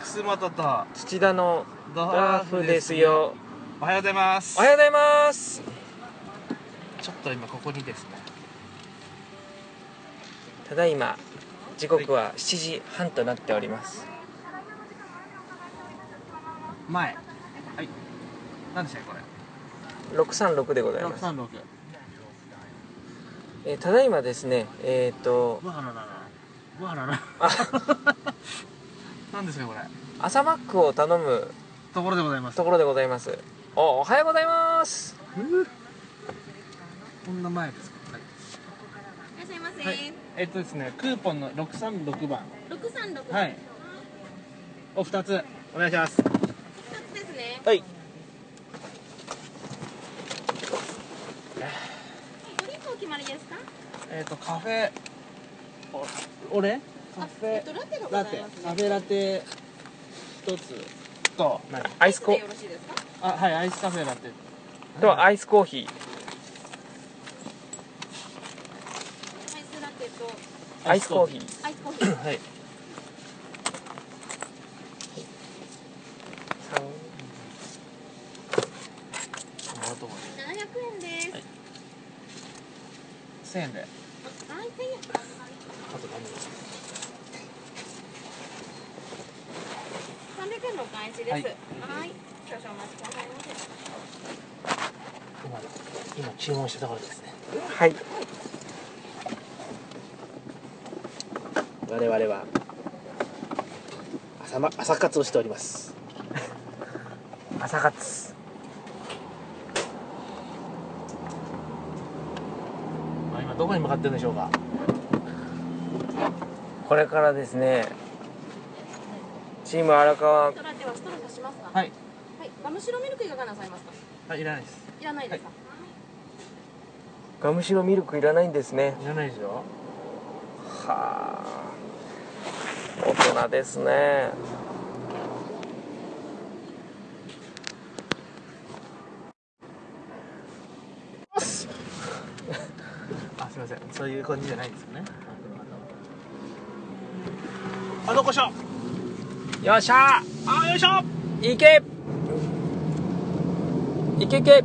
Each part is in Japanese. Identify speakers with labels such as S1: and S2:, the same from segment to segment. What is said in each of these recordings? S1: 楠本とおは
S2: 土田のドラフですよ
S1: ようございます
S2: おはようございます
S1: ちょっと今ここにですね
S2: ただいま時刻は7時半となっております
S1: 前はい何でしたっけこ
S2: 636でござ
S1: れ
S2: います、
S1: 636
S2: えーただいまですねえっ、と
S1: わあらららわあらら
S2: あ
S1: 何ですかこれ
S2: 朝マックを頼む
S1: ところでございます
S2: ところでございますおおはようございます
S1: ふうこんな前ですかはい
S3: いらっしゃいませ。
S1: はいえっとですねクーポンの636番
S3: 六三六。
S1: はい。お二つお願いします
S3: 二つですね。
S2: はい
S3: お肉お決まりですか。
S1: えっとカフェお俺カフ
S3: え
S1: ェ
S3: っとラテがご
S4: ラ
S3: ざい
S4: テ
S3: ます、
S4: カ
S3: ね。
S4: フェラテ一つ
S1: と何
S2: アイスコ
S3: よろしいですか。
S1: あはいアイスカフェラテ
S2: ではアイスコーヒ
S3: アイスラテと
S2: ーアイスコーヒ ー
S3: アイスコーヒー。
S1: はいもらうとこ
S3: 七百円です。
S1: はい1000円で
S3: はい、千
S1: あ
S3: 円。
S1: と頼む
S3: 三百円のお返しです。
S1: は
S3: はいい。少々お待ちくださいませ。
S1: 今今注文したところですね
S2: はい
S4: 我々は朝,、ま、朝活をしております
S2: 朝活
S1: まあ今どこに向かってるんでしょうか
S2: これからですねチーム荒川
S3: ストラテはストローさしますか。
S1: はい
S3: はい。ガムシロミルクいかがなさいますか。
S1: はいいらないです
S3: いらないですか。
S2: ガムシロミルクいらないんですね
S1: いらないですよ
S2: はあ大人ですね
S1: あすいませんそういう感じじゃないですよねあどこしょ
S2: よっしゃ
S1: あよいしょ
S2: いけいけいけ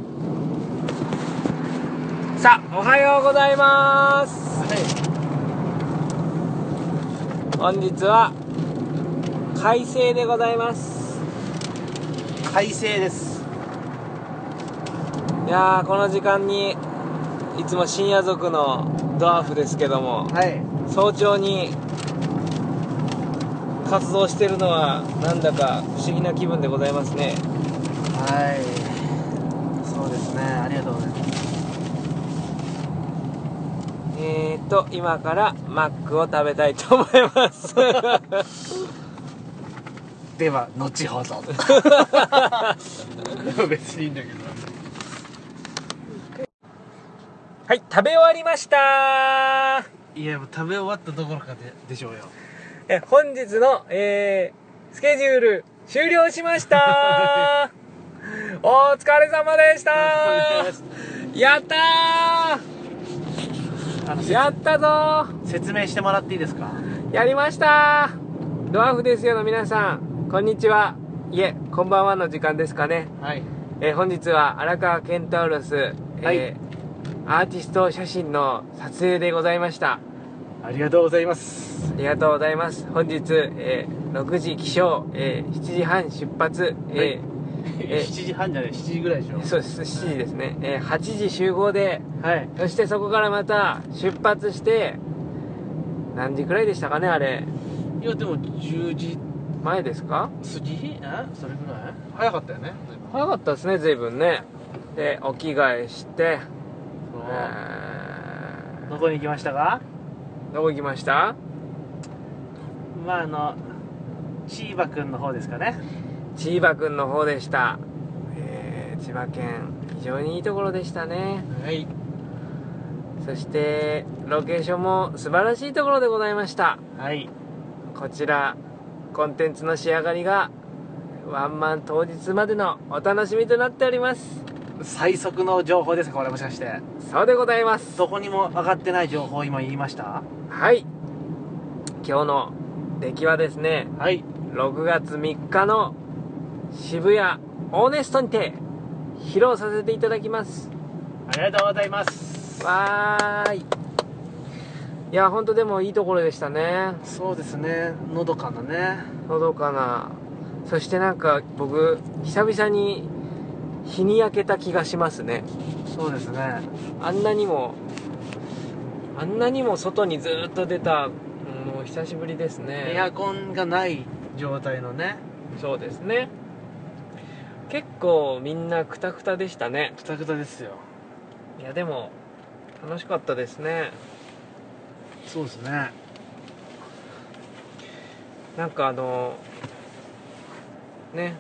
S2: さあおはようございます
S1: は
S2: 本日は快晴でございます
S4: 快晴です
S2: いやーこの時間にいつも深夜族のドワーフですけども
S4: はい
S2: 早朝に活動してるのはなんだか不思議な気分でございますね
S4: はいそうですねありがとうございます
S2: えー、っと今からマックを食べたいと思います
S4: では後ほ ど
S1: い別にいいんだけど
S2: はい食べ終わりました
S1: いやもう食べ終わったどころかででしょうよ
S2: え本日の、えースケジュール終了しました お疲れ様でしたやった
S4: あの
S2: ーやったぞー
S4: 説明してもらっていいですか
S2: やりましたドワーフですよの皆さん、こんにちは。いえ、こんばんはの時間ですかね。
S4: はい
S2: えー本日は荒川ケンタウロス、えー
S4: はい
S2: アーティスト写真の撮影でございました。
S4: ありがとうございます
S2: ありがとうございます。本日、えー6時起床、えー7時半出発、えーえ
S4: 7時半じゃない7時ぐらいでしょ
S2: ーそうです、7時ですね。えー8時集合で、
S4: はい
S2: そしてそこからまた出発して、何時くらいでしたかね、あれ。
S4: いやでも10時
S2: 前ですか
S4: 過ぎあそれぐらい
S1: 早かったよね
S2: 早かったですね随分ねでお着替えして、え
S4: そうど
S2: ー、
S4: こに行きましたか
S2: どこ行きました
S4: まああのチーバくんの方ですかね
S2: 千葉くんの方でした、えー、千葉県非常にいいところでしたね
S1: はい
S2: そしてロケーションも素晴らしいところでございました
S4: はい
S2: こちらコンテンツの仕上がりがワンマン当日までのお楽しみとなっております
S4: 最速の情報ですかこれもしかして
S2: そうでございます
S4: どこにも上がってない情報を今言いました
S2: はい今日の出来はですね
S4: はい
S2: 6月3日の渋谷オーネストにて披露させていただきます
S4: ありがとうございます
S2: わーいいや本当でもいいところでしたね
S4: そうですねのどかなね
S2: のどかなそしてなんか僕久々に日に焼けた気がしますね
S4: そうですね
S2: あんなにもあんなにも外にずーっと出たうんもう久しぶりですね
S4: エアコンがない状態のね
S2: そうですね結構みんなクタクタでしたね
S4: くたくたですよ
S2: いやでも楽しかったですね
S4: そうですね
S2: なんかあのね、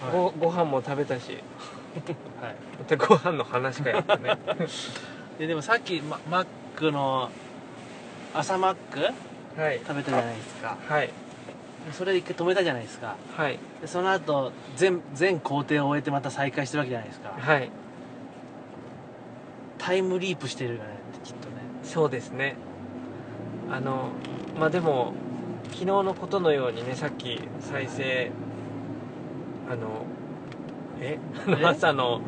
S4: は
S2: ごご飯も食べたし
S4: い、はい
S2: でご飯の 話かやったね
S4: ででもさっきママックの朝マック
S2: はい
S4: 食べたじゃないですか
S2: はい
S4: それ一回止めたじゃないですか
S2: はい
S4: でその後全全工程を終えてまた再開してるわけじゃないですか
S2: はい
S4: タイムリープしてるよねきっとね
S2: そうですねあのまあでも昨日のことのようにねさっき再生あのえあの
S4: え
S2: 朝の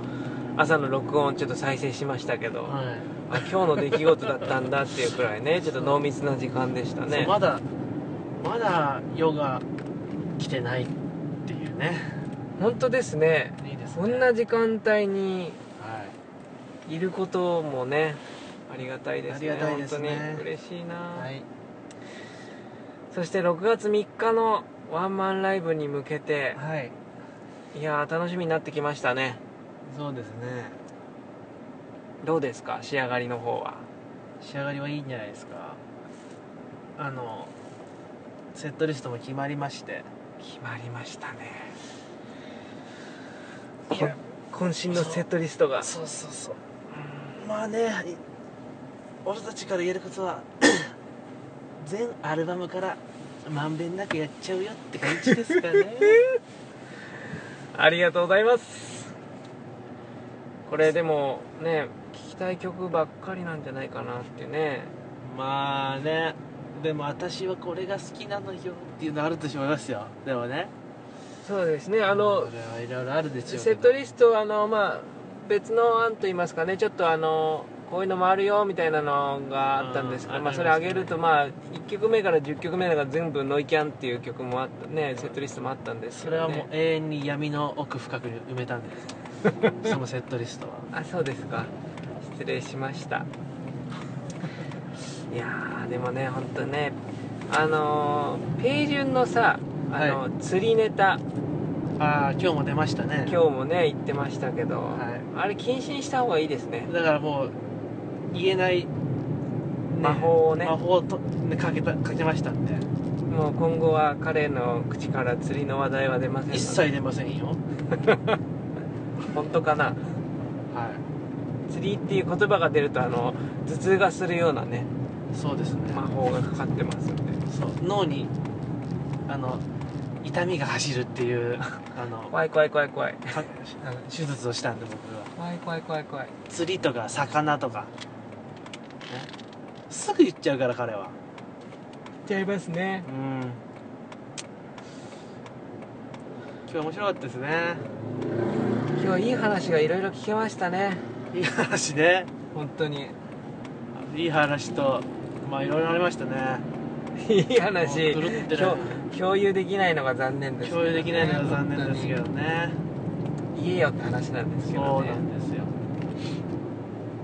S2: 朝の録音ちょっと再生しましたけど、
S4: はい
S2: あ今日の出来事だったんだっていうくらいねちょっと濃密な時間でした
S4: そう
S2: ね
S4: まだまだヨガ来てないっていうね
S2: 本当ですね
S4: いいですね
S2: そんな時間帯に
S4: はい
S2: いることもねありがたいですね
S4: ありがたいですね
S2: 本当に嬉しいな、
S4: はい
S2: そして6月3日のワンマンライブに向けて
S4: はい
S2: いやー楽しみになってきましたね
S4: そうですね
S2: どうですか仕上がりの方は
S4: 仕上がりはいいんじゃないですかあのセットリストも決まりまして
S2: 決まりましたね
S4: いや
S2: こ渾身のセットリストが
S4: そうそうそうまあねい俺たちから言えることは全アルバムからまんべんなくやっちゃうよって感じですかね
S2: ありがとうございますこれでもね聴きたい曲ばっかりなんじゃないかなってね
S4: まあねでも私はこれが好きなのよっていうのあるとしまいますよでもね
S2: そうですねあの
S4: これはいろいろあるでしょうけ
S2: セ
S4: ど
S2: ットリストはあのまあ別の案と言いますかねちょっとあのこういうのもあるよみたいなのがあったんですけど、
S4: うん
S2: まあ、それ
S4: あ
S2: 上
S4: りまし
S2: げ
S4: たね
S2: るとまあ1曲目から10曲目が全部ノイキャンっていう曲もあったねセットリストもあったんです
S4: そ
S2: け
S4: れ
S2: ど、
S4: は
S2: ね、
S4: もう永遠に闇の奥深くに埋めたんです そのセットリストは
S2: あそうですか失礼しました いやーでもね本当ねあのー、ペイジュンのさあの、
S4: は
S2: 釣りネタ
S4: ああ今日も出ましたね
S2: 今日もね言ってましたけど、
S4: はい
S2: あれ謹慎した方がいいですね
S4: だからもう言えない、ね
S2: 魔法をね
S4: 魔法をとねかけたかけましたんで
S2: もう今後は彼の口から釣りの話題は出ませんので
S4: 一切出ませんよ
S2: 本当かな
S4: は
S2: 釣りっていう言葉が出るとあの頭痛がするようなね
S4: いそうですね、
S2: 魔法がかかってますんで
S4: そう脳にあの痛みが走るっていうあの
S2: 怖い怖い怖い怖い
S4: かあの手術をしたんで僕は
S2: 怖い怖い怖い怖い
S4: 釣りとか魚とか、ね、すぐ言っちゃうから彼は
S2: 言っちゃいますね
S4: うん今日面白かったですね
S2: 今日いい話がいろいろ聞けましたね
S4: いい話ね
S2: 本当に
S4: いい話とまあいろいろありましたね
S2: いい話
S4: もう狂ってる
S2: 共共有できないのが残念ですけど
S4: 共
S2: ね、
S4: 有できないのが残念ですけど
S2: 本
S4: ね
S2: 当に言えよって話なんですけ
S4: そ
S2: ど
S4: う
S2: ね
S4: なんですよ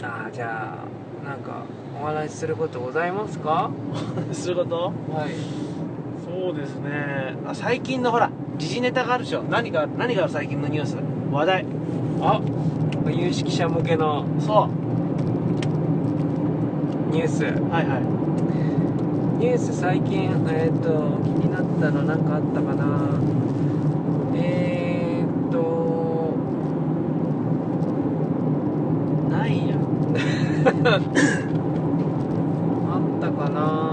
S2: ああじゃあなんかお話しすることございますか
S4: すること
S2: はい
S4: そうですねあ最近のほら時事ネタがあるでしょ何が何がある最近のニュース話題
S2: あ有識者向けの
S4: そ
S2: ニュース
S4: うはいはい
S2: ニュース最近えっ、と気になったのなんかあったかなえっ、ー、と
S4: ないや
S2: あったかな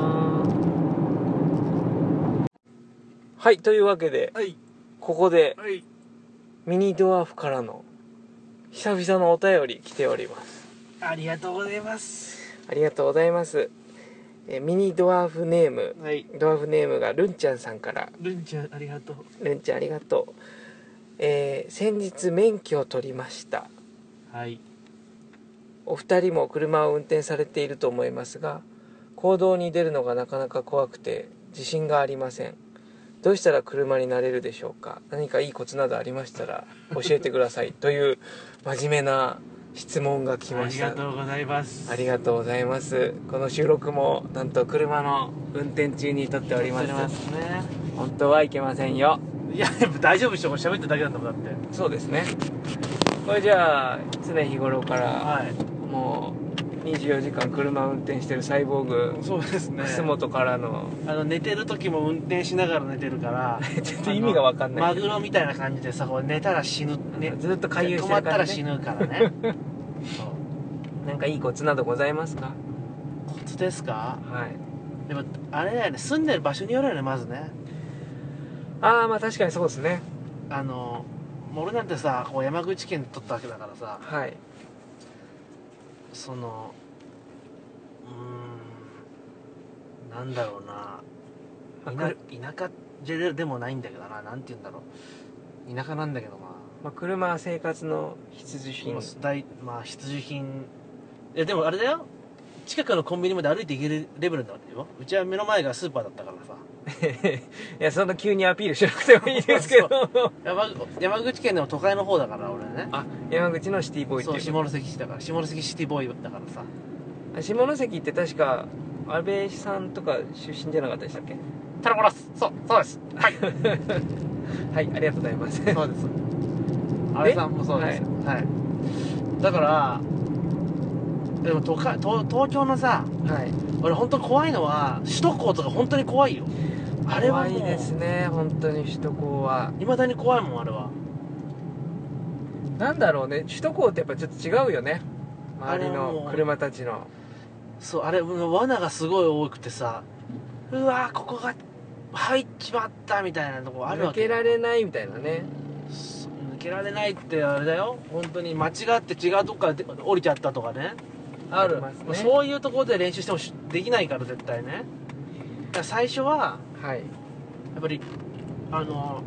S2: はいというわけで
S4: はい
S2: ここで
S4: はい
S2: ミニドワーフからの久々のお便り来ております
S4: ありがとうございます
S2: ありがとうございますえーミニドワーフネーム
S4: はい
S2: ドワーフネームがルンちゃんさんから
S4: ルンちゃんありがとう
S2: ルンちゃんありがとう、えー先日免許を取りました
S4: はい
S2: お二人も車を運転されていると思いますが行動に出るのがなかなか怖くて自信がありませんどうしたら車になれるでしょうか何かいいコツなどありましたら教えてく ださいという真面目な質問が来
S4: あ
S2: ま
S4: り
S2: した
S4: がとうございます
S2: ありがとうございますこの収録もなんと車の運転中に撮っております
S4: ますね
S2: 本当はいけませんよ
S4: いやでも大丈夫でしょ喋っただけなんだもんだって
S2: そうですねこれじゃあ常日頃から
S4: はい
S2: もう24時間車運転してるサイボーグ
S4: そうですね
S2: 楠本からの
S4: あの寝てる時も運転しながら寝てるから
S2: ちょっと意味がわかんない
S4: あのマグロみたいな感じでさこう寝たら死ぬ、ね、
S2: ずっと回遊して
S4: 止
S2: る
S4: ま
S2: 感
S4: っ
S2: じね
S4: たら死ぬからねそう
S2: なんかいいコツなどございますか
S4: コツですか
S2: はい
S4: でもあれだよね住んでる場所によるよねまずね
S2: ああまあ確かにそうですね
S4: あのもう俺なんてさこう山口県で撮ったわけだからさ
S2: はい
S4: そのうーんなんだろうな
S2: ま
S4: 田
S2: あくる
S4: 田舎じゃでもないんだけどななんて言うんだろう田舎なんだけどな
S2: まあ車は生活の必需品
S4: もう大まあ必需品いやでもあれだよ近くのコンビニまで歩いて行けるレベルだったようちは目の前がスーパーだったからさ
S2: いやそんな急にアピールしなくてもいいです けど
S4: 山山口県でも都会の方だから俺ね
S2: あ山口のシティボーイって
S4: そう
S2: いう
S4: 下関市だから下関シティボーイだからさ
S2: あ下関って確か安倍さんとか出身じゃなかったでしたっけ
S4: タラコラスそうそうですはい
S2: はいありがとうございます
S4: そう です安倍さんもそうですはい、だからでも都会東東京のさ
S2: はい
S4: 俺本当怖いのは首都高とか本当に怖いよあれはもう
S2: 怖いですね本当に首都高はい
S4: まだに怖いもんあれは
S2: なんだろうね首都高ってやっぱちょっと違うよね周りの車たちの
S4: そうあれもう罠がすごい多くてさうわーここが入っちまったみたいなとこある
S2: 抜
S4: わけ
S2: けられないみたいなね
S4: そう抜けられないってあれだよ本当に間違って違うとこからで降りちゃったとかねあ
S2: あり
S4: る
S2: ますね
S4: まあそういうところで練習してもしできないから絶対ねだから最初は
S2: はい
S4: やっぱりあの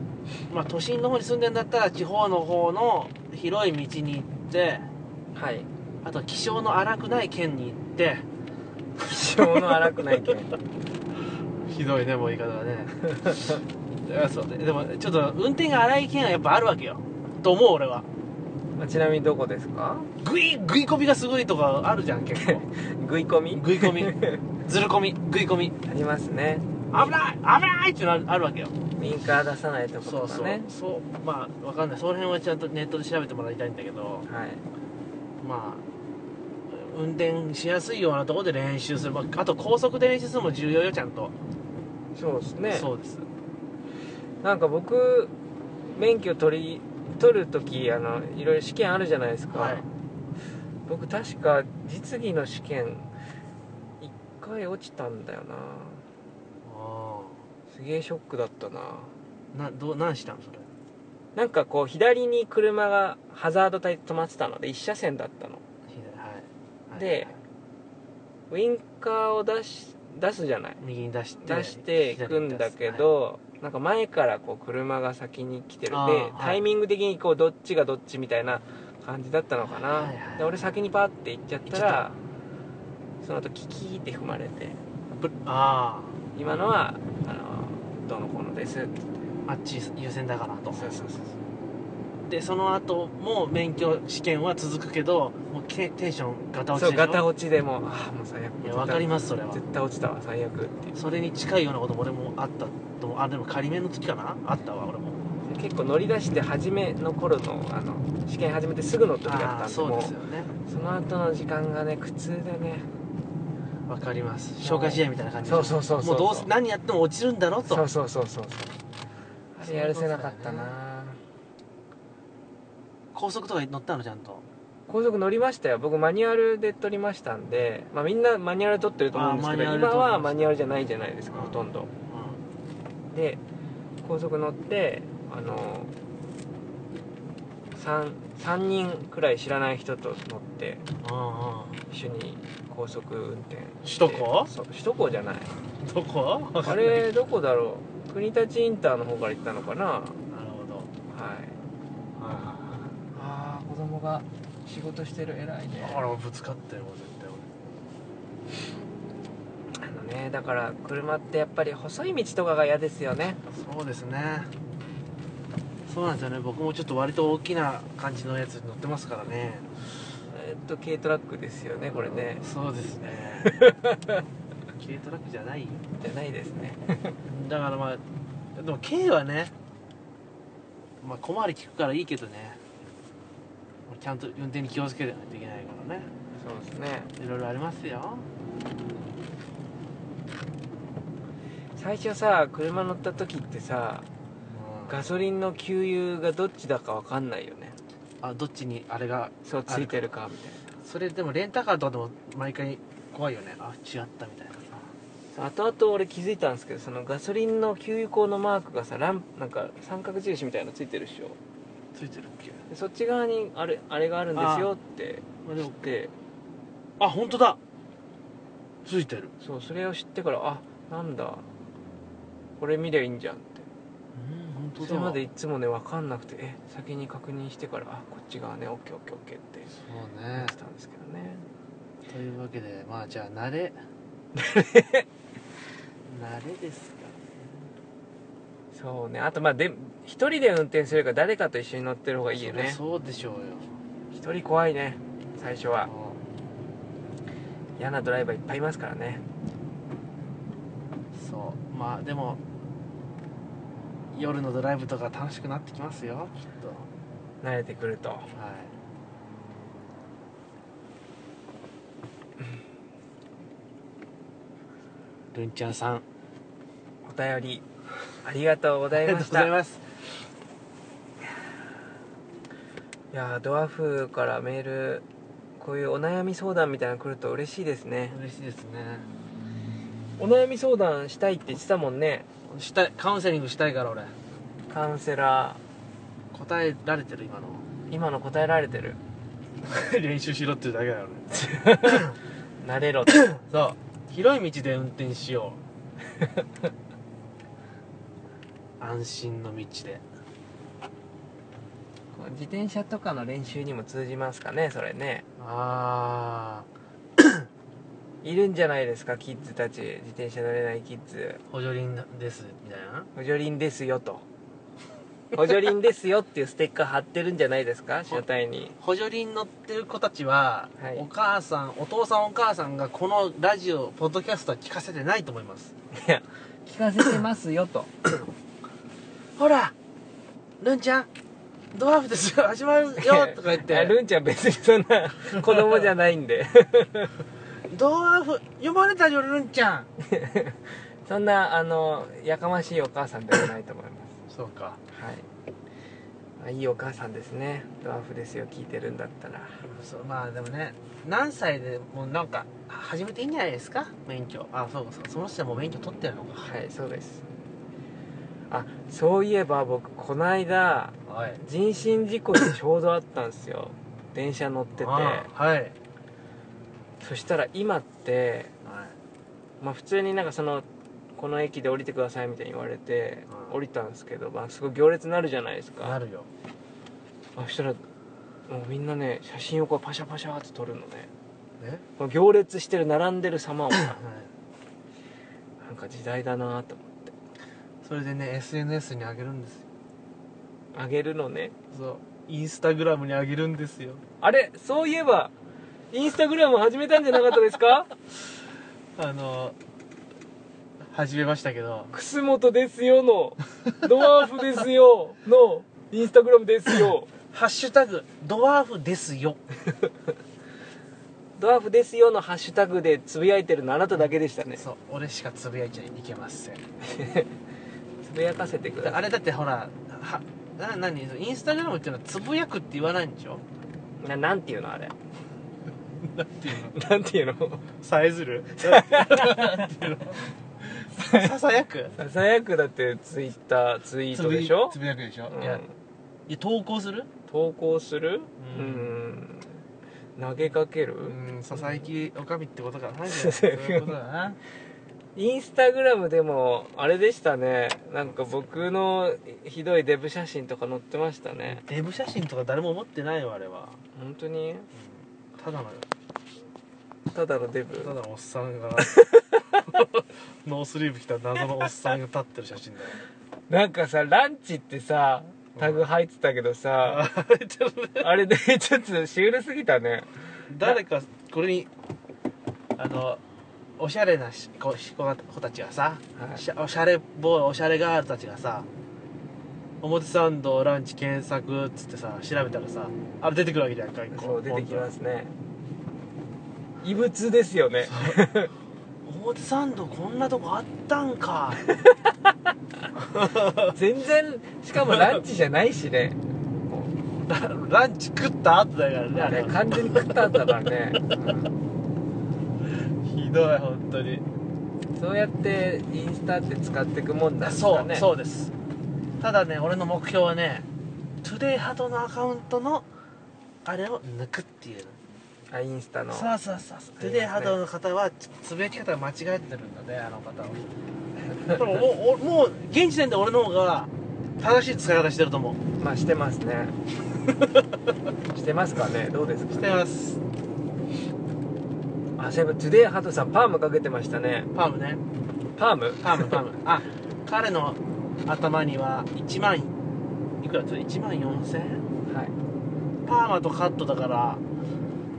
S4: まあ都心の方に住んでんだったら地方の方の広い道に行って
S2: はい
S4: あと気性の荒くない県に行って
S2: 気性の荒くないけど
S4: ひどいねもう言い方がねいや そうねでもちょっと運転が荒い県はやっぱあるわけよと思う俺は
S2: まあちなみにどこですか
S4: グイグイコミがすごいとかあるじゃん結構
S2: 食い込み
S4: グイコミずるコミグイコミ
S2: ありますね
S4: 危ない危ないっていうのあるあるわけよ
S2: ウインカー出さないとこと
S4: そう
S2: か
S4: そう、
S2: ね
S4: そうまあわかんないその辺はちゃんとネットで調べてもらいたいんだけど
S2: はい
S4: まあ運転しやすいようなところで練習する、まあ、あと高速で練習するのも重要よちゃんと、
S2: そうですね
S4: そうです
S2: なんか僕免許取り取る時あのいろいろ試験あるじゃないですか、
S4: はい
S2: 僕確か実技の試験1回落ちたんだよな
S4: あ
S2: すげえショックだったな
S4: あなどう何したのそれ
S2: なんかこう左に車がハザード帯で止まってたので1車線だったの
S4: はい
S2: でウインカーを出し出すじゃない
S4: 右に出して
S2: 出していくんだけど、なんか前からこう車が先に来てるで、
S4: あーはい
S2: タイミング的にこうどっちがどっちみたいな感じだったのかな、
S4: はいはい
S2: で俺先にパーって行っちゃっ
S4: 行
S2: たら
S4: っちゃ
S2: その後キキーって踏まれて
S4: ぶあ
S2: 「今のはあのどうのこうのです」って
S4: ああっち優先だからと
S2: そうそうそう
S4: でその後も免許試験は続くけどもうけテンションガタ落
S2: そ
S4: ちで
S2: う
S4: しょ
S2: ガタ落ちでもうああもう最悪
S4: いやわかりますそれは
S2: 絶対落ちたわ最悪っていう
S4: それに近いようなことも俺もあったと思うあでも仮面の時かなあったわ俺も
S2: で結構乗り出して初めの頃のあの試験始めてすぐの時だったん
S4: あ
S2: で
S4: あそうです
S2: も
S4: よね
S2: うその後の時間がね苦痛でね
S4: わかります消化試合みたいな感じで
S2: そうそうそうそう
S4: もうどうせ何やっても落ちるんだろと
S2: そうそうそうそうあれやるせなかったな、
S4: 高速とかに乗ったのちゃんと
S2: 高速乗りましたよ僕マニュアルで撮りましたんで、まあ、みんなマニュアル撮ってると思うんですけど
S4: あーマニュアルで撮
S2: 今
S4: りました
S2: はマニュアルじゃないじゃないですか
S4: うん
S2: ほとんど
S4: う
S2: で高速乗ってあの 3, 三人くらい知らない人と乗って
S4: んうんうん
S2: 一緒に高速運転して
S4: 首都高
S2: そう首都高じゃない
S4: どこ
S2: あれどこだろう国立インターの方から行ったのかなは
S4: なるほど
S2: い
S4: あ
S2: ああ子供が仕事してる偉いね
S4: あらぶつかったよ絶対
S2: あのねだから車ってやっぱり細い道とかが嫌ですよね
S4: 俺そうですねそうなんですよね僕もちょっと割と大きな感じのやつに乗ってますからね
S2: えっと軽トラックですよねこれね
S4: そうです ね軽トラックじゃないよ
S2: じゃないですね
S4: だからまあでも軽はねまあ小回り利くからいいけどねちゃんと運転に気をつけないといけないからね
S2: そうですね
S4: いろいろありますよ
S2: 最初さ車乗った時ってさ
S4: ガ
S2: ガ
S4: ス
S2: ソリンの給油がどっちだか分かんないよね
S4: あどっちにあれが
S2: そうついてるかみたい
S4: それでもレンタカーとかでも毎回怖いよねあ違ったみたいなさ
S2: な後々俺気づいたんですけどそのガソリンの給油口のマークがさランなんか三角印みたいなのついてるっしょ
S4: ついてるっけ
S2: でそっち側にあれあれがあるんですよって
S4: まあで
S2: 知っ
S4: も
S2: て
S4: あ本当だついてる
S2: そうそれを知ってからあなんだこれ見りゃいいんじゃんって
S4: うん本当だ
S2: それまでいつもね分かんなくてえ先に確認してからあこっち側ねオッケーオッケーオッケーって
S4: そう
S2: や
S4: ね
S2: ってたんですけどね
S4: というわけでまあじゃあ慣 れ慣れですか
S2: そうねあとまあで一人で運転するから誰かと一緒に乗ってる方がいいよ
S4: そりゃ
S2: ね
S4: そうでしょうよ
S2: 一人怖いね最初は
S4: も
S2: 嫌なドライバーいっぱいいますからね
S4: うそうまあでも夜のドライブとか楽しくなってきますよきっと
S2: 慣れてくると
S4: はいルンちゃんさん
S2: お便りありがとうござ
S4: あ
S2: い
S4: りがと
S2: ま
S4: う
S2: し
S4: ご
S2: た
S4: ざ
S2: い
S4: います
S2: やードアフからメールこういうお悩み相談みたいなの来ると嬉しいですね
S4: 嬉しいですね
S2: お悩み相談したいって言ってたもんね
S4: したいカウンセリングしたいから俺
S2: カウンセラ
S4: 答えられてる今の
S2: ー今の答えられてる
S4: 練習しろっていうだけだよ俺
S2: 慣れろって
S4: そう広い道で運転しよ う安心の道で
S2: こう 自転車とかの練習にも通じますかねそれね
S4: あ
S2: いるんじゃないですかキッズたち自転車乗れないキッズ
S4: あ補助輪ですみたいな
S2: 補助輪ですよと補助輪ですよっていうステッカー貼ってるんじゃないですか車体に
S4: 補助輪乗ってる子たちは、
S2: はい
S4: お母さんお父さんお母さんがこのラジオポッドキャストは聞かせてないと思います
S2: 聞かせてますよ と
S4: ほらルンちゃんドワーフです よ始まるよとか言っ
S2: あ
S4: て
S2: ルンちゃん別にそんな子供じゃないん で
S4: ドワーフ呼ばれたよルンちゃん
S2: そんなあのやかましいお母さんではないと思いま
S4: そうか
S2: すはいあいいお母さんですねドワーフですよ聞いてるんだったら
S4: そうまあでもね何歳でもうなんか始めていいんじゃないですか免許あそうかそうその人はもう免許取ってるのか
S2: はいそうですあそういえば僕この間
S4: はい
S2: 人身事故にちょうどあったんですよ電車乗ってて
S4: はいはい
S2: そしたら今って、まあ、普通になんかそのこの駅で降りてくださいみたいに言われて
S4: うん
S2: 降りたんですけど、まあ、すごい行列になるじゃないです
S4: な
S2: か
S4: るよ
S2: そしたらもうみんなね写真をこうパシャパシャって撮るのね
S4: え、
S2: この行列してる並んでる 様
S4: は
S2: をないんか時代だなと思って
S4: それでね SNS にあげるんですよ
S2: あげるのね
S4: そうインスタグラムにあげるんですよ
S2: あれそういえばインスタグラム始めたんじゃなかったです か
S4: あの始めましたけど
S2: 楠本ですよのドワーフですよのインスタグラムですよ
S4: 「ハッシュタグドワーフですよ
S2: ドワーフですよのハッシュタグでつぶやいてるのあなただけでした」ね
S4: そう俺しかつぶやいちゃいけません
S2: つぶやかせてくださ
S4: あれだってほらはな何インスタグラムっていうのはつぶやくって言わないんでしょ
S2: いななんていうのあれ なんていうの
S4: さえずるささやく
S2: ささやくだってツイッターツイートでしょ
S4: つ、ぶやくでしょ、
S2: うん
S4: いやいや投稿する
S2: 投稿する
S4: うん
S2: うん投げかける、
S4: うん佐々木おかみってことかなじゃあそういうことだな
S2: インスタグラムでもあれでしたねなんか僕のひどいデブ写真とか載ってましたね
S4: デブ写真とか誰も持ってないよあれは、
S2: 本当に
S4: うんただの
S2: ただのデ
S4: ただ
S2: ブ
S4: のおっさ んがノースリーブ着た謎のおっさんが立ってる写真だよ
S2: なんかさランチってさタグ入ってたけどさ、
S4: ちょっとね
S2: あれで ちょっとシュールすぎたね
S4: 誰かこれにあのおしゃれなし子し子が子たちがさ、
S2: はい
S4: しゃおしゃれボーイおしゃれガールたちがさ表参道ランチ検索っつってさ調べたらさあれ出てくるわけじゃんか一個
S2: そう出てきますね異物ですよね
S4: 表参道こんなとこあったんか
S2: 全然しかもランチじゃないしね
S4: ラランチ食った後だからね
S2: あ
S4: あれ
S2: れ
S4: は
S2: 完全に食ったんだからね、うん
S4: ひどい本当に
S2: そうやってインスタって使ってくもんなんです
S4: そ
S2: か
S4: う
S2: ね
S4: そうですただね俺の目標はねトゥデイハトのアカウントのあれを抜くっていう
S2: あインスタの
S4: そうそうそうそう
S2: ありますね
S4: トゥデイハトの方はつつぶやき方が間違えてるんだねあの方はでももうおもう現時点で俺の方が正しい使い方してると思う
S2: まあしてます ねしてますかねどうですか
S4: してます
S2: あそういえばトゥデイハトさんパームかけてましたね
S4: パームね
S2: パーム
S4: パーム パームあ彼の頭には1万いくらだった1万4000
S2: はい
S4: パーマとカットだから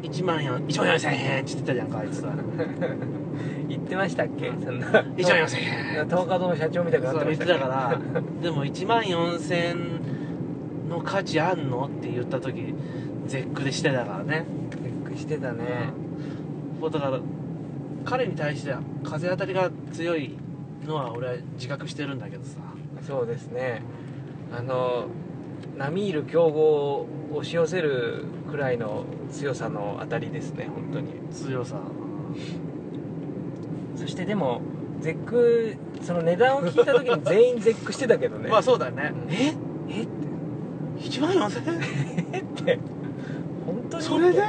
S4: 1万4 1万4000円って言ってたじゃんかあいつは
S2: 言ってましたっけそん な
S4: 1万4000円
S2: 東華堂の社長みたいにな
S4: そ
S2: っ
S4: う
S2: てま
S4: 言
S2: し
S4: ったてた
S2: っけ
S4: からでも1万4000円の価値あんのって言った時絶句でしてたからね
S2: びっくりしてたね、
S4: もうだから彼に対しては風当たりが強いのは俺は自覚してるんだけどさ
S2: そうですねあの並みいる強豪を押し寄せるくらいの強さの当たりですね本当に
S4: 強さ
S2: そしてでも絶句その値段を聞いた時 に全員絶句してたけどね
S4: まあそうだね
S2: うん
S4: え
S2: えって
S4: 1万4000円
S2: えって本当に
S4: それで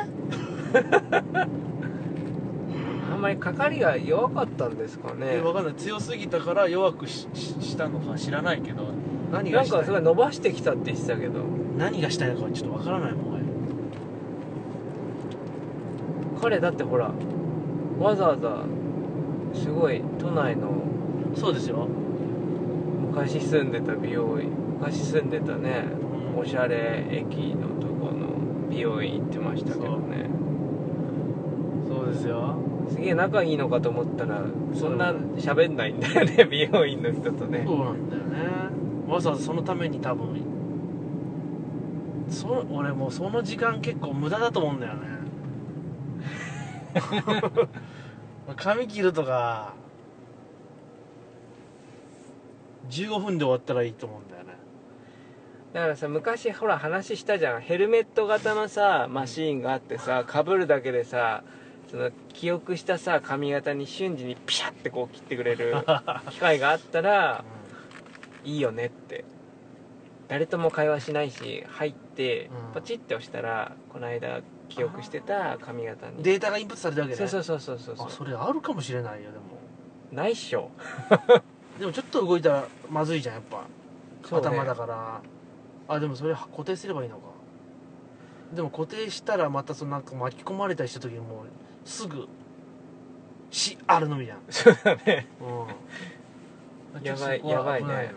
S2: あんまり係が弱かったんですかね
S4: えわかんない強すぎたから弱くしししたのか知らないけど何
S2: な
S4: が
S2: ん
S4: した
S2: か
S4: い
S2: すごい伸ばしてきたって言ってたけど
S4: 何がしたいのかちょっとわからないもん俺
S2: 彼だってほらわざわざすごい都内の
S4: そうですよ、
S2: 昔住んでた美容院昔住んでたねおしゃれ駅のとこの美容院行ってましたけどね
S4: そうですよ
S2: すげえ仲いいのかと思ったらそんな喋んないんだ よね美容院の人とね
S4: そうなんだよねわざわざそのために多分そ俺もうその時間結構無駄だと思うんだよね 髪切るとか15分で終わったらいいと思うんだよね
S2: だからさ昔ほら話したじゃんヘルメット型のさマシーンがあってさかぶるだけでさその記憶したさ髪型に瞬時にピシャってこう切ってく れる機会があったらいいよねって誰とも会話しないし入って
S4: うん
S2: ポチッて押したらこの間記憶してた髪型に
S4: データがインプットされたわけね
S2: そうそうそうそうそう
S4: あそれあるかもしれないよでも
S2: ないっしょ
S4: でもちょっと動いたらまずいじゃんやっぱ、
S2: そうね
S4: 頭だからあでもそれ固定すればいいのかでも固定したらまたそのなんか巻き込まれたりした時にもうすぐ死あるのみじゃん
S2: そうだね
S4: うんち
S2: やばい
S4: ょっとそこ
S2: や
S4: は
S2: ば
S4: 危
S2: い
S4: なよ
S2: ね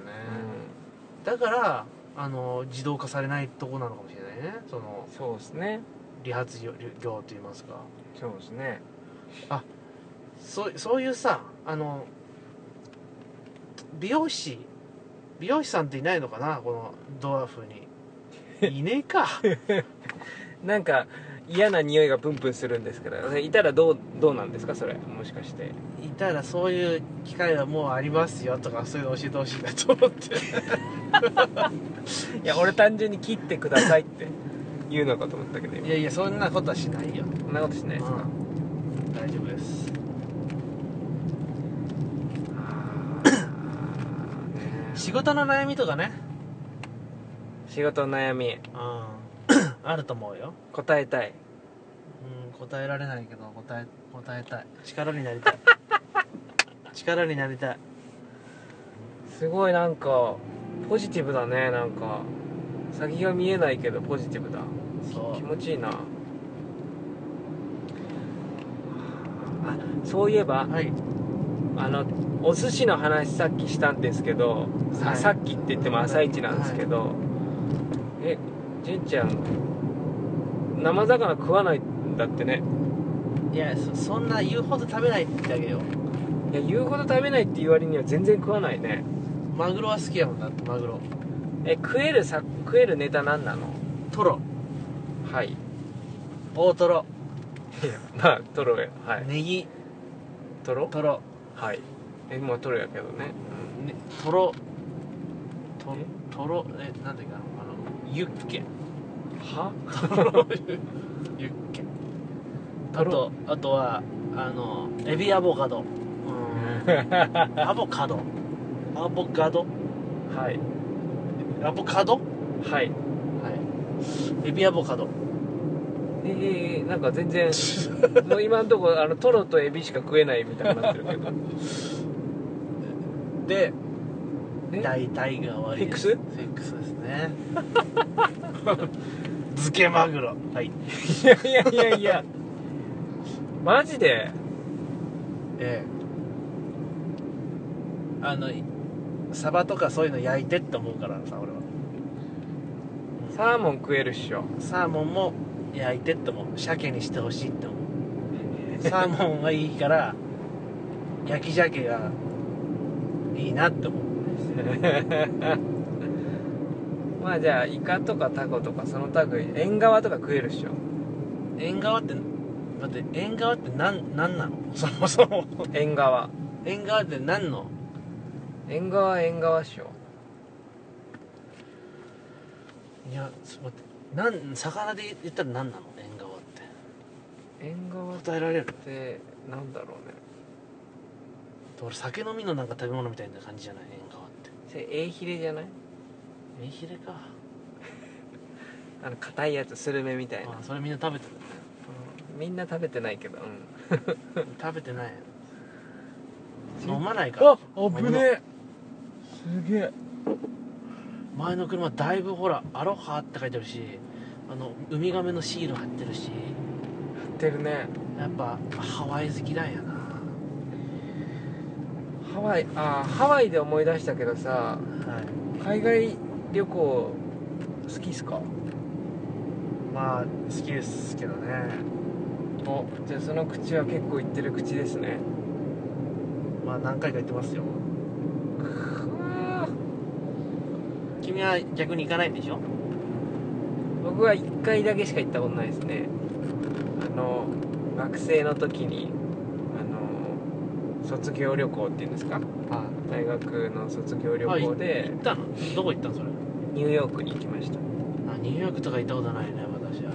S4: だからあの自動化されないとこなのかもしれないねその
S2: うんそうですね
S4: 理髪業業といいますか
S2: そうですね
S4: そうそういうさあの美容師美容師さんっていないのかなこのドワーフに いねえか
S2: なんか嫌な匂いがプンプンするんですからいたらどうどうなんですかそれもしかして
S4: いたらそういう機会はもうありますよとかそういうの教えてほしいなと思って
S2: いや俺単純に切ってください って言うのかと思ったけど今
S4: いやいやそんなことはしないよ、
S2: そんなことしないですか、
S4: うん大丈夫です
S2: あーね
S4: 仕事の悩みとかね、
S2: 仕事の悩み
S4: うん あると思うよ
S2: 答えたい
S4: うん答えられないけど答え答えたい力になりたい 力になりたい
S2: すごいなんかポジティブだねなんか先が見えないけどポジティブだ
S4: そ
S2: 気持ちいいなあそういえば
S4: うはい
S2: あのお寿司の話さっきしたんですけど、さ
S4: はい
S2: さっきって言っても朝一なんですけど、えじんちゃん生魚食わないんだってね
S4: いやそそんな言うほど食べないってあげよう
S2: いや言うほど食べないっていう割には全然食わないね
S4: マグロは好きやもんだってマグロ
S2: え食えるさ食えるネタ何なの
S4: トロ
S2: はいい
S4: 大トロ
S2: やまあトロやはい
S4: ネギ
S2: トロ
S4: トロ、
S2: はいえまあトロやけどね、
S4: ね、トロトトロえなんていうかなあのユッケ
S2: は
S4: ユッケ
S2: ト
S4: あ
S2: ロ
S4: とあとはあのエビアボカドうんアボカドアボカド
S2: はい
S4: アボカドは
S2: はい
S4: いエビアボカド
S2: えええなんか全 然もう今んとこあのトロとエビしか食えないみたいになってるけ ど
S4: で
S2: え
S4: 大体が終わりです
S2: フィッ
S4: フィックスですね 漬けマグロはい
S2: いや いやいやいやマジで
S4: ええあのいサバとかそういうの焼いてって思うからさ俺は
S2: サーモン食えるっし ょ
S4: サーモンも焼いてって思う鮭にしてほしいって思うサーモンはいいから焼き鮭がいいなって思う
S2: まあじゃあイカとかタコとかその類縁側とか食えるっしょ
S4: 縁側って待って縁側ってなんなんなのそもそも
S2: 縁側
S4: 縁側って何の
S2: 縁側は縁側っしょ
S4: いやちょっと待ってなん魚で言ったら何なの縁側って
S2: 縁側っ
S4: 答えられる
S2: てなんだろうね
S4: 俺酒飲みのなんか食べ物みたいな感じじゃない縁側って
S2: それエイヒレじゃない
S4: えひれか
S2: あの硬いやつスルメみたいな
S4: あそれみんな食べてる
S2: みんな食べてないけど、
S4: 食べてない
S2: ち
S4: 飲まないから
S2: えすげえ
S4: 前の車だいぶほら「アロハ」って書いてるしあのウミガメのシール貼ってるし
S2: 振ってるね
S4: やっぱハワイ好きなんやな
S2: ハワイあーハワイで思い出したけどさ
S4: はい
S2: 海外旅行好きっすか
S4: まあ好きですけどね
S2: おじゃあその口は結構行ってる口ですね
S4: まあ何回か行ってますよ君は逆に行かないんでしょ
S2: 僕は1回だけしか行ったことないですねあの学生の時にあの卒業旅行っていうんですか
S4: あ
S2: 大学の卒業旅行で
S4: 行ったのどこ行ったのそれ
S2: ニューヨークに行きました
S4: あニューヨークとか行ったことないね私は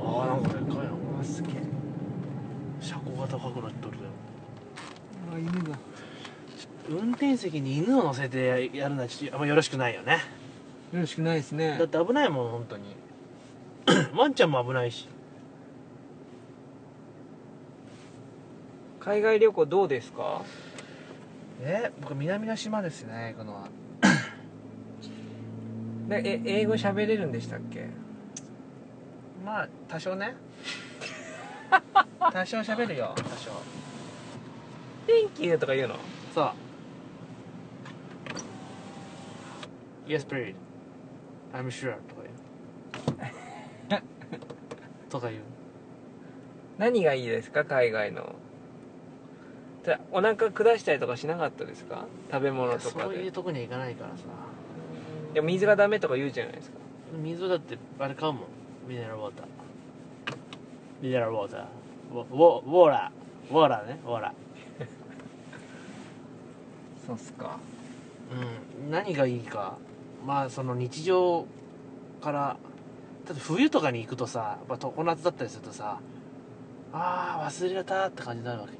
S4: ああなんかでかいな
S2: あすげえ
S4: 車高が高くなっとるよ
S2: あ犬が
S4: 運転席に犬を乗せてややるのはちょっとあんまよろしくないよね
S2: よろしくないですね
S4: だって危ないもん本当に ワンちゃんも危ないし
S2: 海外旅行どうですか
S4: え僕南の島ですねこのは
S2: でえ英語喋れるんでしたっけ
S4: まあ多少 ね多少喋るよ多少
S2: Thank you とか言うの
S4: そう Yes, period. I'm sure. とか 言う。とか言う。
S2: 何がいいですか海外のじゃあお腹下したりとかしなかったですか食べ物とか
S4: そういう
S2: で
S4: とこには行かないからさ。
S2: でも水がダメとか言うじゃないですか
S4: 水だって、あれ買うもん。ミネラルウォーター。ミネラルウォーター。ウォウォウォーラー。ウォーラーね、ウォーラー。
S2: そうっすか
S4: うん、何がいいかまあその日常からだって冬とかに行くとさやっぱ常夏だったりするとさああ忘れたって感じになるわけじ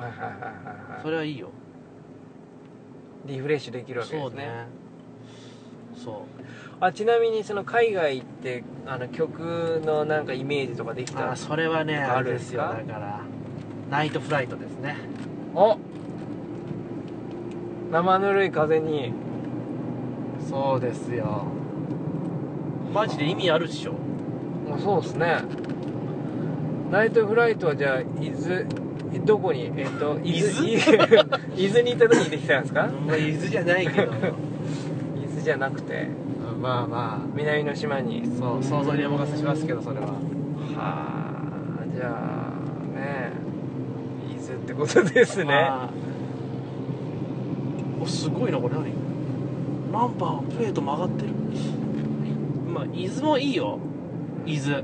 S4: ゃ
S2: はいはいはいはい
S4: ん
S2: は
S4: それはいいよ
S2: いリフレッシュできるわけですね
S4: そうねそ
S2: あちなみにその海外行ってあの曲のなんかイメージとかでき
S4: う
S2: た
S4: あそれはね
S2: あ
S4: あ
S2: る
S4: れ
S2: ん
S4: で
S2: で
S4: すす
S2: か
S4: よだからナイトフライトですね
S2: お生ぬるい風に
S4: そうですよマジで意味あるっしょ
S2: もうそうですねナイトフライトはじゃあ伊豆どこにえっと伊豆
S4: 伊
S2: 伊豆に行った時にできたんですか
S4: まあ伊豆じゃないけど
S2: 伊豆じゃなくて
S4: まあま
S2: 南の島に
S4: あそう想像にお任せしますけどそれは
S2: はあじゃあね伊豆ってことですね、
S4: まあおすごいなこれ何ナンバープレート曲がってるまあ伊豆もいいよ伊豆
S2: 伊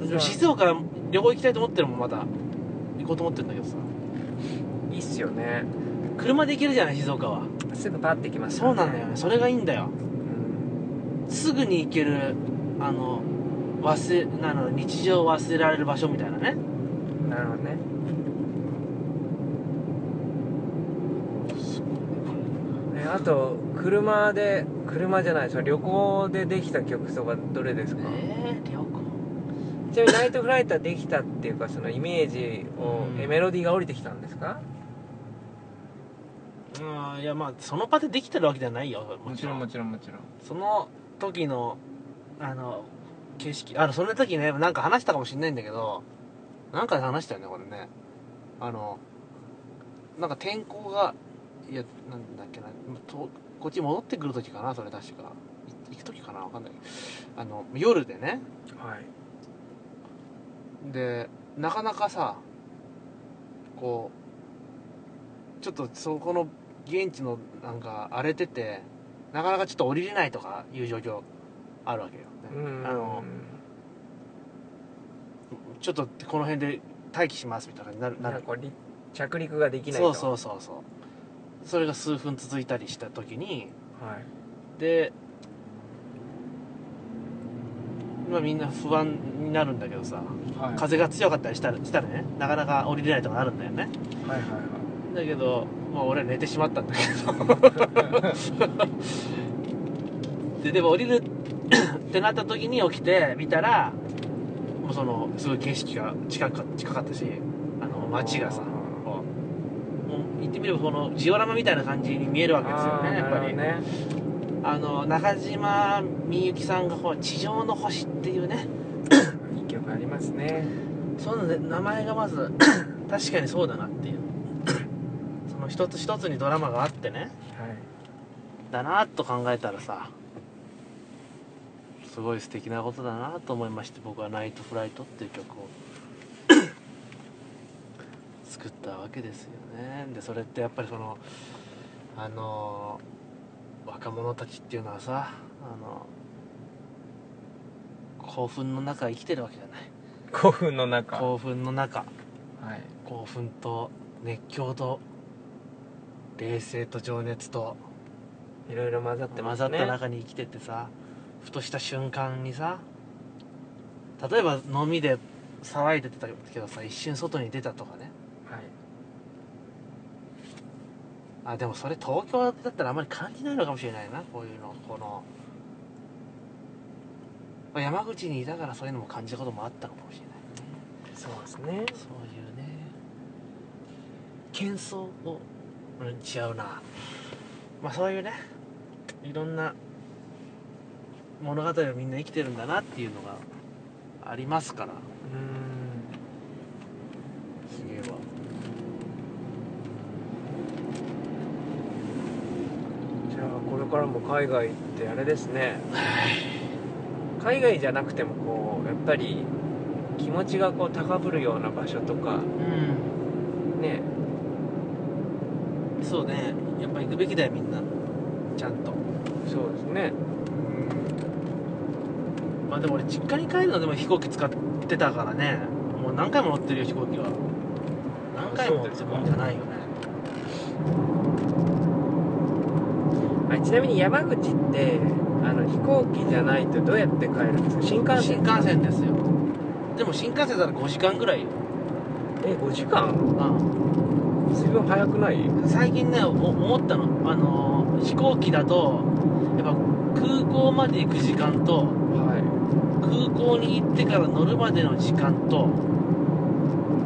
S2: 豆は
S4: 静岡旅行行きたいと思ってるもんまた行こうと思ってるんだけどさ
S2: いいっすよね
S4: 車で行けるじゃない静岡は
S2: すぐパッてきます
S4: そうなんだよねそれがいいんだよ
S2: うん
S4: すぐに行けるあの忘れなの日常を忘れられる場所みたいなね
S2: なるほどねえあと車で車じゃないそれ旅行でできた曲とかどれですか、
S4: えー、旅行
S2: ちなみにナイトフライトはできたっていうかそのイメージを、
S4: うん
S2: えメロディーが降りてきたんですか
S4: うんいやまあその場でできてるわけじゃないよもちろん
S2: ちろんもちろん
S4: その時のあの景色あのその時ねなんか話したかもしんないんだけどなんかで話したよねこれねあのなんか天候がいやなんだっけなとこっち戻ってくる時かなそれ確かい行く時かなわかんないあの夜でね
S2: はい
S4: でなかなかさこうちょっとそこの現地のなんか荒れててなかなかちょっと降りれないとかいう状況あるわけよ、
S2: うん
S4: あのちょっとこの辺で待機しますみたいな感じになるな
S2: なんか
S4: る
S2: こうり着陸ができない
S4: そ
S2: と
S4: うそうそうそうそれが数分続いたりした時に
S2: はい
S4: でまあみんな不安になるんだけどさ
S2: はい
S4: 風が強かったりしたらしたらねなかなか降りれないとかなるんだよね
S2: はいはい
S4: だけど、まあ、俺は寝てしまったんだけど ででも降りる ってなった時に起きて見たらもうそのすごい景色が近か近かったしあの街がさこうもう言ってみればこのジオラマみたいな感じに見えるわけですよ
S2: あー
S4: ねやっぱり
S2: なるほどね
S4: あの中島みゆきさんがこう「地上の星」っていうね
S2: いい曲ありますね
S4: その名前がまず 確かにそうだなっていう その一つ一つにドラマがあってね
S2: はい
S4: だなと考えたらさすごい素敵なことだなと思いまして僕は「ナイトフライト」っていう曲を 作ったわけですよねでそれってやっぱりそのあの若者たちっていうのはさあの興奮の中生きてるわけじゃない
S2: 古墳の中
S4: 興奮の中
S2: はい
S4: 興奮と熱狂と冷静と情熱と
S2: いろいろ混ざってま
S4: 混
S2: す
S4: ざっ
S2: ね
S4: た中に生きててさふとした瞬間にさ例えば飲みで騒いでてたけどさ一瞬外に出たとかね
S2: はい
S4: あでもそれ東京だったらあんまり感じないのかもしれないなこういうのこのまあ山口にいたからそういうのも感じたこともあったのかもしれない
S2: そうですね
S4: そういうね喧騒をうん違うなまあそういうねいろんな物語をみんな生きてるんだなっていうのがありますから
S2: う
S4: すげえわ
S2: ーんじゃあこれからも海外行ってあれですね海外じゃなくてもこうやっぱり気持ちがこう高ぶるような場所とか
S4: うん
S2: ね
S4: そうねやっぱ行くべきだよみんなちゃんと
S2: そうですね
S4: まあでも俺実家に帰るのでも飛行機使ってたからねもう何回も乗ってるよ飛行機は何回も
S2: そう
S4: っ
S2: で
S4: て
S2: すか
S4: もんじゃないよね
S2: あちなみに山口ってあの飛行機じゃないとどうやって帰るんですか新幹
S4: 新
S2: 線
S4: 幹線ですよでも新幹線だったら5時間ぐらいよ
S2: え5時間
S4: あ
S2: 随分早くない
S4: 最近ねお思ったのあのー飛行機だとやっぱ空港まで行く時間と
S2: は
S4: 空港に行ってから乗るまでの時間と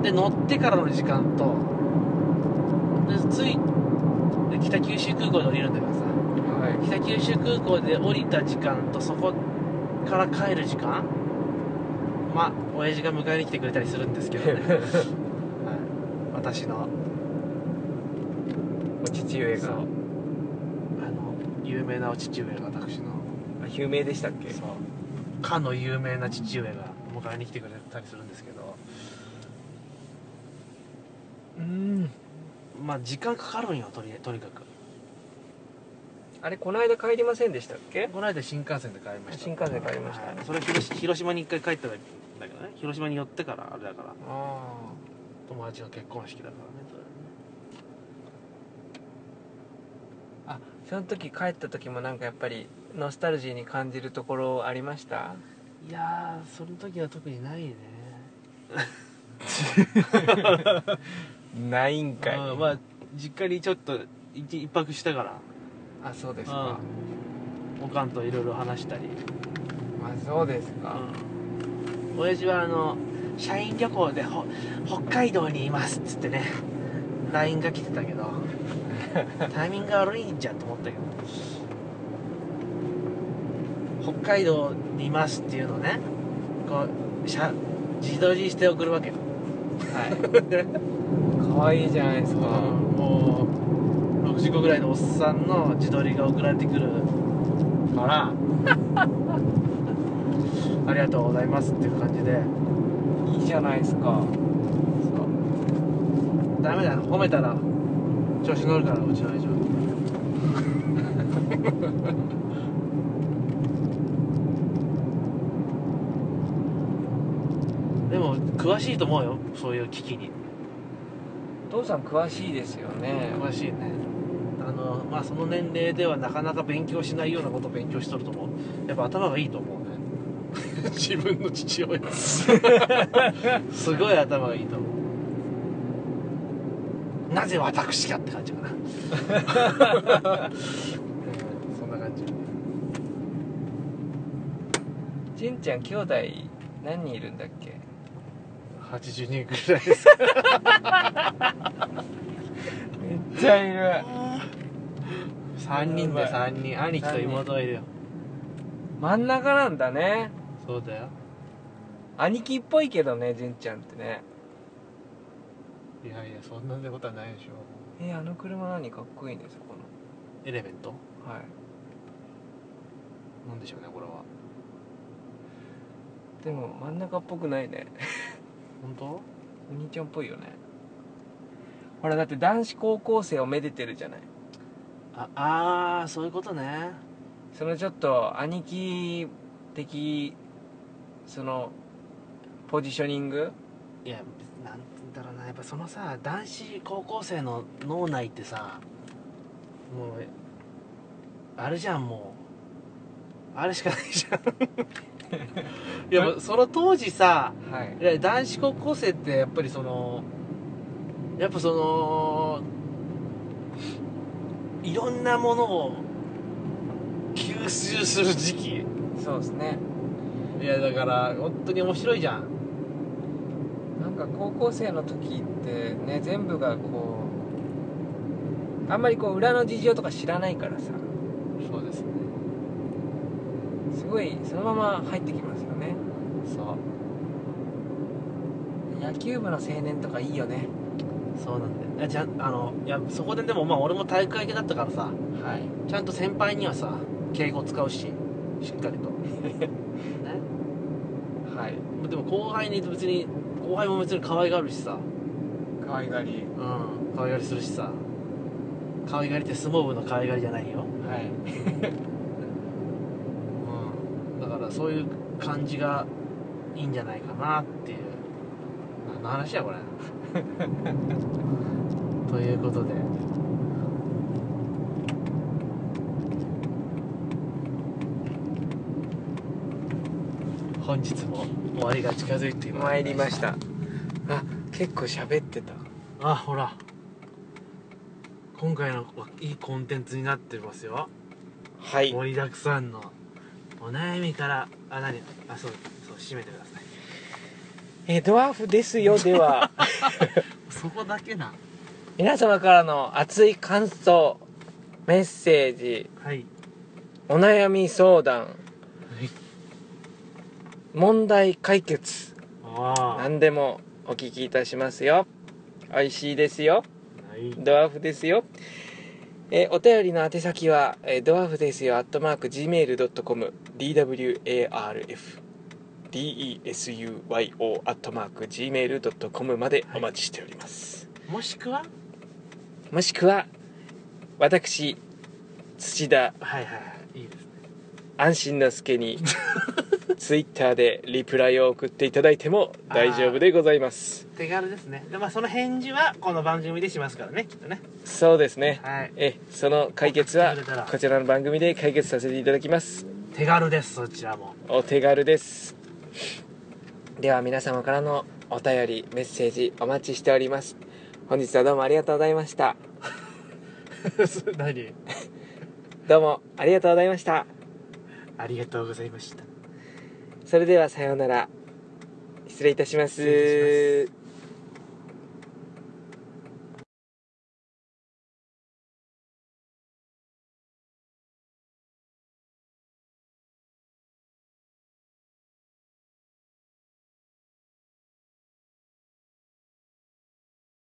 S4: で乗ってからの時間とでついで北九州空港で降りるんだからさ
S2: いはい
S4: 北九州空港で降りた時間とそこから帰る時間まあ親父が迎えに来てくれたりするんですけどね、はい、私の
S2: お父上
S4: そう
S2: が
S4: あの有名なお父上が私の
S2: あ有名でしたっけ
S4: そうかの有名な父上が迎えに来てくれたりするんですけど
S2: うん
S4: まあ時間かかるんよとりとにかく
S2: あれこの間帰りませんでしたっけ
S4: この間新幹線で帰りました
S2: 新幹線帰りました、
S4: はいそれ広広島に一回帰ったんだけどね広島に寄ってからあれだから
S2: あ
S4: 友達の結婚式だからねそれ
S2: ああその時帰った時もなんかやっぱりノスタルジーに感じるところありました
S4: いやーその時は特にないね、
S2: ないんかい
S4: うんまあ実家にちょっと一一泊したから
S2: あそうですか、
S4: おかんといろいろ話したり、
S2: まあそうですか、
S4: うん親父はあの社員旅行でほ北海道にいますっつってね LINE が来てた けどタイミングが悪いんじゃんと思ったけど北海道にいますっていうのをねこうしゃ自撮りして送るわけよはい
S2: 可愛いじゃないですか、
S4: もう6時ぐらいのおっさんの自撮りが送られてくるから ありがとうございますっていう感じで
S2: いいじゃないですか
S4: そうダメだ褒めたら調子乗るからうちの愛情 でも詳しいと思うよそういう危機に
S2: お父さん詳しいですよね
S4: 詳しいねあのまあその年齢ではなかなか勉強しないようなことを勉強しとると思うやっぱ頭がいいと思うね 自分の父親 すごい頭がいいと思うなぜ私がって感じ かなうんそんな感じ
S2: じんちゃん兄弟何人いるんだっけ
S4: 82ぐらい ですか
S2: めっちゃいる
S4: 3人で3人兄貴と妹がいるよ
S2: 真ん中なんだね
S4: そうだよ
S2: 兄貴っぽいけどねじんちゃんってね
S4: いやいやそんなことはないでしょ
S2: えあの車何かっこいいねそこ
S4: エレメント
S2: のはい
S4: なんでしょうねこれは
S2: でも真ん中っぽくないね
S4: 本当
S2: お兄ちゃんっぽいよねほらだって男子高校生をめでてるじゃない
S4: ああーそういうことね
S2: そのちょっと兄貴的そのポジショニング
S4: いやなんて言うんだろうなやっぱそのさ男子高校生の脳内ってさもうあれじゃんもうあれしかないじゃん いやもうその当時さ
S2: はい
S4: いや男子高校生ってやっぱりそのやっぱそのいろんなものを吸収する時期
S2: そうですね
S4: いやだから本当に面白いじゃん
S2: なんか高校生の時ってね全部がこうあんまりこう裏の事情とか知らないからさ
S4: そうですね
S2: すごいそのまま入ってきますよね
S4: そう
S2: 野球部の青年とかいいよね
S4: そうなんだよじゃあのいやそこででもまあ俺も体育会系だったからさ
S2: はい
S4: ちゃんと先輩にはさ敬語使うししっかりとね
S2: はい
S4: でも後輩に別に後輩も別に可愛がるしさ
S2: 可愛がり
S4: うん可愛がりするしさ可愛がりって相撲部の可愛がりじゃないよ
S2: はい
S4: うんだからそういう感じがいいんじゃないかなっていう何の話やこれ ということで本日も終わりが近づいてまい
S2: 参りましたあ結構喋ってた
S4: あほら今回のはいいコンテンツになってますよ
S1: はい
S4: 盛りだくさんのお悩みからあ何あそうそう締めてください
S2: えードワーフですよでは
S4: そこだけな
S2: 皆様からの熱い感想メッセージ
S4: はい
S2: お悩み相談問題解決
S4: ああ
S2: 何でもお聞きいたしますよ美味しいですよ
S4: はい
S2: ドワーフですよえーお便りの宛先は、えードワーフですよ、アットマーク、gmail.com、dwarf、desuyo、アットマーク、gmail.com までお待ちしております。
S4: もしくは
S2: もしくは、私、土田
S4: はいはいはいいいですね
S2: 安心の 助に、ツイッターでリプライを送っていただいても大丈夫でございます。
S4: 手軽ですねでまあその返事はこの番組でしますからねきっとね
S2: そうですね。
S4: はい
S2: え、その解決は、こちらの番組で解決させていただきます。
S4: 手軽ですそちら も
S2: お手軽ですでは皆様からのお便りメッセージお待ちしております本日はどうもありがとうございました
S4: 何
S2: どうもありがとうございました
S4: ありがとうございました
S2: それではさようなら失礼いたします
S4: 失礼いたします